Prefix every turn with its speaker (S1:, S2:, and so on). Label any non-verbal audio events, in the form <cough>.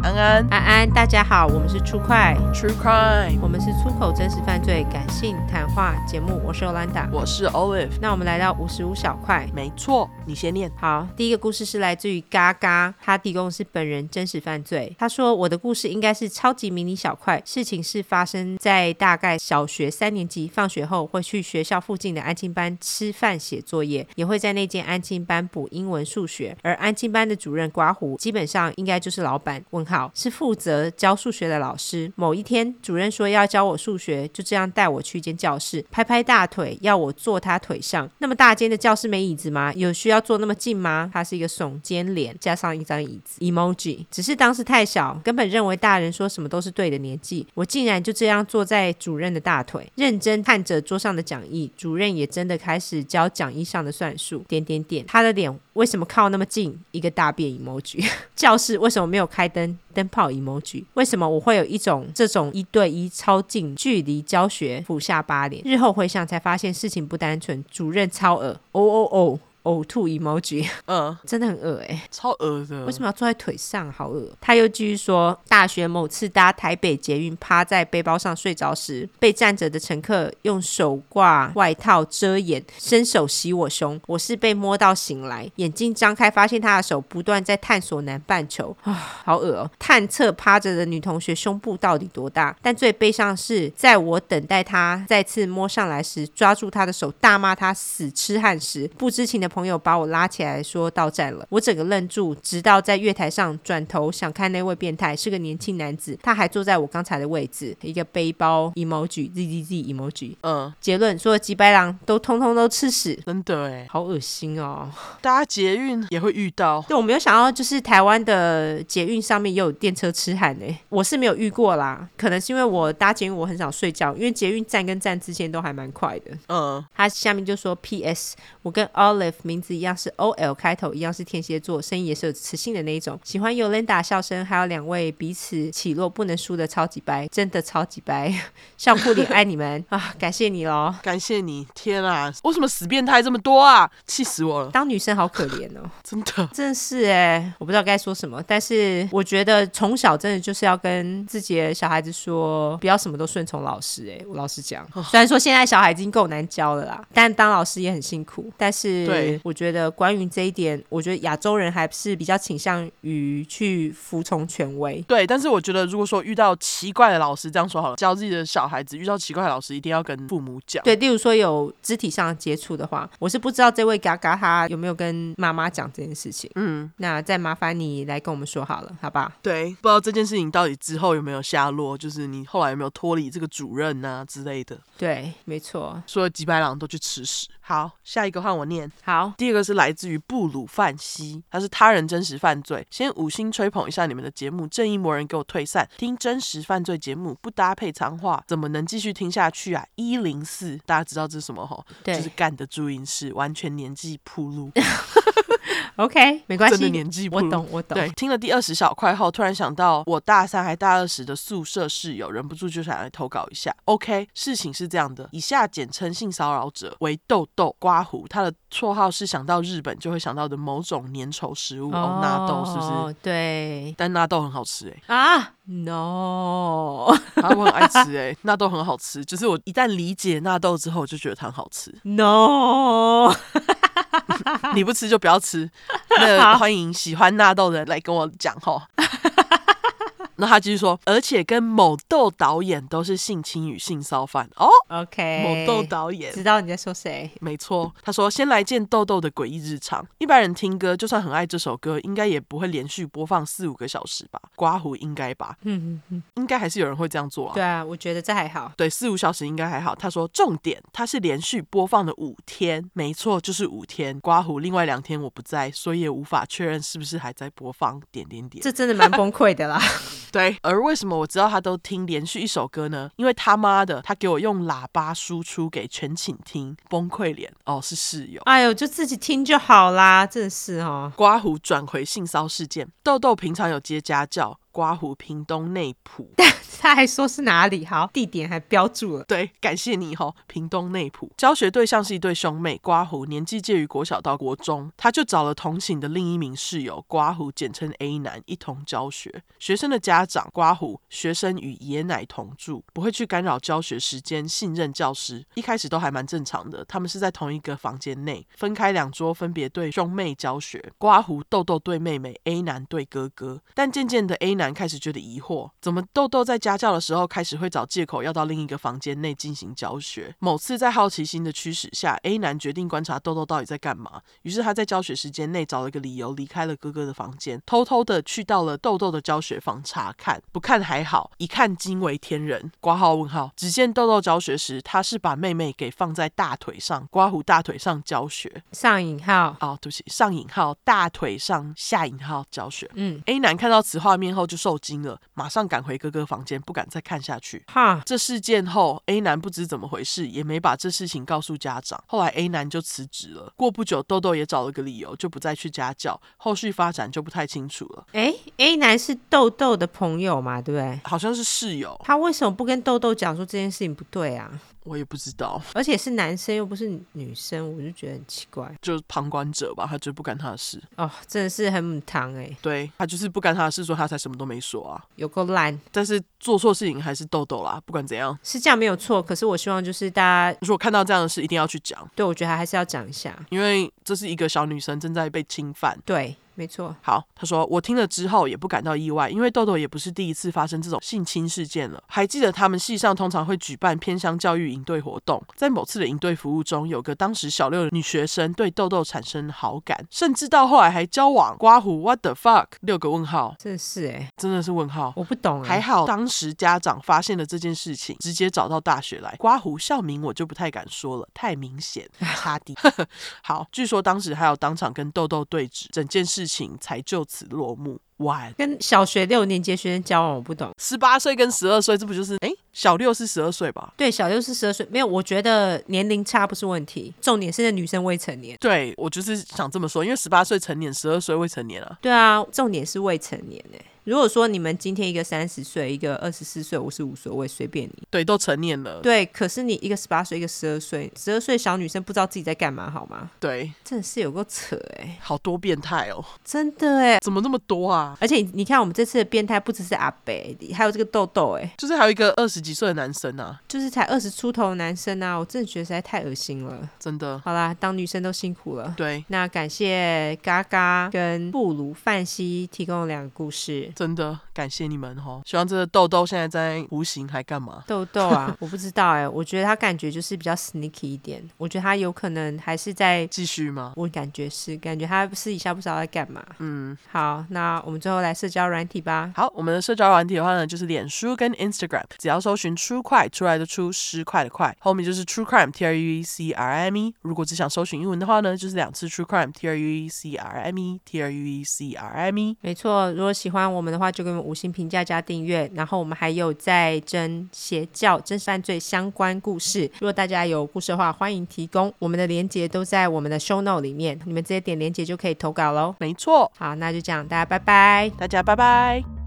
S1: 安
S2: 安安，大家好，我们是出快，
S1: ，True Crime，
S2: 我们是出口真实犯罪感性谈话节目，我是 Olanda。
S1: 我是 Olive，
S2: 那我们来到五十五小块。
S1: 没错，你先念。
S2: 好，第一个故事是来自于嘎嘎，他提供的是本人真实犯罪。他说我的故事应该是超级迷你小块，事情是发生在大概小学三年级放学后，会去学校附近的安亲班吃饭写作业，也会在那间安亲班补英文数学。而安亲班的主任刮胡，基本上应该就是老板。问号是负责教数学的老师。某一天，主任说要教我数学，就这样带我去一间教室，拍拍大腿，要我坐他腿上。那么大间的教室没椅子吗？有需要坐那么近吗？他是一个耸肩脸，加上一张椅子 emoji。只是当时太小，根本认为大人说什么都是对的年纪，我竟然就这样坐在主任的大腿，认真看着桌上的讲义。主任也真的开始教讲义上的算术，点点点。他的脸为什么靠那么近？一个大便 emoji。教室为什么没有开灯？灯泡 emoji，为什么我会有一种这种一对一超近距离教学俯下巴脸？日后回想才发现事情不单纯，主任超恶，哦哦哦。呕吐 emoji <laughs>
S1: 嗯，
S2: 真的很恶哎、
S1: 超恶的。
S2: 为什么要坐在腿上？好恶！他又继续说，大学某次搭台北捷运，趴在背包上睡着时，被站着的乘客用手挂外套遮掩，伸手洗我胸。我是被摸到醒来，眼睛张开，发现他的手不断在探索南半球。好恶哦！探测趴着的女同学胸部到底多大？但最悲伤是，在我等待她再次摸上来时，抓住她的手大骂她死痴汉时，不知情的朋友把我拉起来说到站了。我整个愣住，直到在月台上转头想看那位变态是个年轻男子，他还坐在我刚才的位置，一个背包 emoji z z z emoji。
S1: 嗯，
S2: 结论：所有几白狼都通通都吃屎，
S1: 真的哎，
S2: 好恶心哦！
S1: 搭捷运也会遇到。
S2: 对，我没有想到，就是台湾的捷运上面也有电车痴汉诶、欸我是没有遇过啦。可能是因为我搭捷运我很少睡觉，因为捷运站跟站之间都还蛮快的。
S1: 嗯，
S2: 他下面就说：“P.S. 我跟 Olive 名字一样是 O.L 开头，一样是天蝎座，声音也是有磁性的那一种。喜欢 Yolanda 笑声，还有两位彼此起落不能输的超级白，真的超级白， <laughs> 笑哭脸爱你们 <laughs> 啊！感谢你喽。”
S1: 感谢你。天啊，为什么死变态这么多啊？气死我了，
S2: 当女生好可怜哦，
S1: 真的。
S2: 真是哎、我不知道该说什么，但是我觉得从小真的就是要跟自己的小孩子说，不要什么都顺从老师哎、我老实讲，虽然说现在小孩已经够难教了啦，但当老师也很辛苦。但是
S1: 对
S2: 我觉得关于这一点，我觉得亚洲人还是比较倾向于去服从权威。
S1: 对，但是我觉得，如果说遇到奇怪的老师，这样说好了，教自己的小孩子遇到奇怪的老师，一定要跟父母讲。
S2: 对，例如说有肢体上的接触的话，我是不知道这位嘎嘎他有没有跟妈妈讲这件事情。
S1: 嗯，
S2: 那再麻烦你来跟我们说好了，好吧？
S1: 对，不知道这件事情到底之后有没有下落，就是你后来有没有脱离这个主任啊之类的。
S2: 对，没错。
S1: 所有几百狼都去吃屎。好，下一个换我念。
S2: 好，
S1: 第二个是来自于布鲁范西，他是他人真实犯罪。先五星吹捧一下你们的节目，正义魔人给我退散。听真实犯罪节目不搭配脏话，怎么能继续听下去啊？一零四，大家知道这是什么吼？
S2: 对、
S1: 就是干的注音是完全年纪铺
S2: <laughs>
S1: 路，
S2: o k 没关
S1: 真的
S2: 系，
S1: 年纪铺
S2: 我
S1: 路。
S2: 懂，我懂。
S1: 对，听了第二十小块后，突然想到我大三还大二时的宿舍室友，忍不住就想来投稿一下。OK，事情是这样的，以下简称性骚扰者为豆豆刮胡，他的绰号是想到日本就会想到的某种粘稠食物哦，纳豆是不是？
S2: 哦？对
S1: 但纳豆很好吃哎、
S2: 啊，no
S1: 啊，我很爱吃哎、 <laughs> 纳豆很好吃。就是我一旦理解纳豆之后，我就觉得它很好吃。
S2: no， <laughs>
S1: 你不吃就不要吃。那欢迎喜欢纳豆的人来跟我讲吼。那他继续说，而且跟某豆导演都是性侵与性骚犯哦。某
S2: OK，
S1: 豆导演
S2: 知道你在说谁？ <laughs>
S1: 没错，他说先来见豆豆的诡异日常。一般人听歌，就算很爱这首歌，应该也不会连续播放四五个小时吧？刮胡应该吧？
S2: 嗯，嗯
S1: 应该还是有人会这样做啊
S2: 对。啊，我觉得这还好。
S1: 对，四五小时应该还好。他说重点，他是连续播放了五天，没错，就是五天。刮胡另外两天我不在，所以也无法确认是不是还在播放。点点点。
S2: 这真的蛮崩溃的啦！ <laughs>
S1: 对，而为什么我知道他都听连续一首歌呢？因为他妈的，他给我用喇叭输出给全寝听，崩溃脸哦，是室友。
S2: 哎呦，就自己听就好啦，真的是哦。
S1: 刮胡转回性骚事件，豆豆平常有接家教。刮胡屏东内埔。
S2: 他还说是哪里，好，地点还标注了。
S1: 对，感谢你哈、屏东内埔教学对象是一对兄妹，刮胡年纪介于国小到国中，他就找了同寝的另一名室友刮胡，简称 A 男，一同教学。学生的家长刮胡，学生与爷奶同住，不会去干扰教学时间，信任教师。一开始都还蛮正常的，他们是在同一个房间内，分开两桌，分别对兄妹教学。刮胡豆豆对妹妹，A 男对哥哥。但渐渐的，A 男开始觉得疑惑，怎么豆豆在家教的时候开始会找借口要到另一个房间内进行教学？某次在好奇心的驱使下，A 男决定观察豆豆到底在干嘛。于是他在教学时间内找了一个理由离开了哥哥的房间，偷偷的去到了豆豆的教学房查看。不看还好，一看惊为天人。挂号问号，只见豆豆教学时，他是把妹妹给放在大腿上，刮胡大腿上教学。
S2: 上引号，
S1: 哦，对不起，上引号，大腿上下引号教学。
S2: 嗯，
S1: A 男看到此画面后就受惊了，马上赶回哥哥房间，不敢再看下去。
S2: 哈，
S1: 这事件后，A 男不知怎么回事，也没把这事情告诉家长。后来 A 男就辞职了。过不久，豆豆也找了个理由，就不再去家教。后续发展就不太清楚了，
S2: 哎，A 男是豆豆的朋友嘛，对不对？
S1: 好像是室友，
S2: 他为什么不跟豆豆讲说这件事情不对啊？
S1: 我也不知道，
S2: 而且是男生又不是女生，我就觉得很奇怪
S1: 就是旁观者吧，他就不干他的事。
S2: 哦，真的是很母汤哎、
S1: 对他就是不干他的事，说他才什么都没说啊。
S2: 有够烂，
S1: 但是做错事情还是豆豆啦，不管怎样，
S2: 是这样没有错。可是我希望就是大家
S1: 如果看到这样的事，一定要去讲，
S2: 对我觉得还是要讲一下，
S1: 因为这是一个小女生正在被侵犯。
S2: 对，没错，
S1: 好，他说我听了之后也不感到意外，因为豆豆也不是第一次发生这种性侵事件了。还记得他们系上通常会举办偏乡教育营队活动，在某次的营队服务中，有个当时小六的女学生对豆豆产生好感，甚至到后来还交往。刮胡，what the fuck？六个问号，
S2: 真的是哎、
S1: 真的是问号。
S2: 我不懂哎、
S1: 还好，当时家长发现了这件事情，直接找到大学来。刮胡校名我就不太敢说了，太明显，差低。好，据说当时还有当场跟豆豆对峙，整件事情才就此落幕。哇，
S2: 跟小学六年级的学生交往，我不懂。
S1: 十八岁跟十二岁，这不就是诶，小六是十二岁吧？
S2: 对，小六是十二岁，没有，我觉得年龄差不是问题，重点是那女生未成年。
S1: 对我就是想这么说，因为十八岁成年，十二岁未成年啊。
S2: 对啊，重点是未成年哎、如果说你们今天一个三十岁，一个二十四岁，我是无所谓，随便你。
S1: 对，都成年了。
S2: 对，可是你一个十八岁，一个十二岁，十二岁小女生不知道自己在干嘛，好吗？
S1: 对，
S2: 真的是有够扯哎、
S1: 好多变态哦，
S2: 真的哎、
S1: 怎么那么多啊？
S2: 而且你看，我们这次的变态不只是阿北，还有这个豆豆哎、
S1: 就是还有一个二十几岁的男生啊，
S2: 就是才二十出头的男生啊，我真的觉得实在太恶心了。
S1: 真的。
S2: 好啦，当女生都辛苦了。
S1: 对，
S2: 那感谢嘎嘎跟布鲁范西提供了两个故事。
S1: 真的感谢你们哦！希望这个豆豆现在在无形还干嘛？
S2: 豆豆啊，我不知道哎、我觉得他感觉就是比较 sneaky 一点，我觉得他有可能还是在，
S1: 继续吗？
S2: 我感觉是感觉他私底下不知道在干嘛。
S1: 嗯，
S2: 好，那我们最后来社交软体吧。
S1: 好，我们的社交软体的话呢，就是脸书跟 Instagram，只要搜寻 True 快出来的出失快的快，后面就是 True Crime T R U E C R I M E。如果只想搜寻英文的话呢，就是两次 True Crime T R U E C R I M E T R U E C R I M E。
S2: 没错，如果喜欢我们的话，就给我们五星评价加订阅。然后我们还有在征邪教、真实犯罪相关故事，如果大家有故事的话，欢迎提供。我们的连接都在我们的 show note 里面，你们直接点连接就可以投稿喽。
S1: 没错，
S2: 好，那就这样，大家拜拜。
S1: 大家拜拜。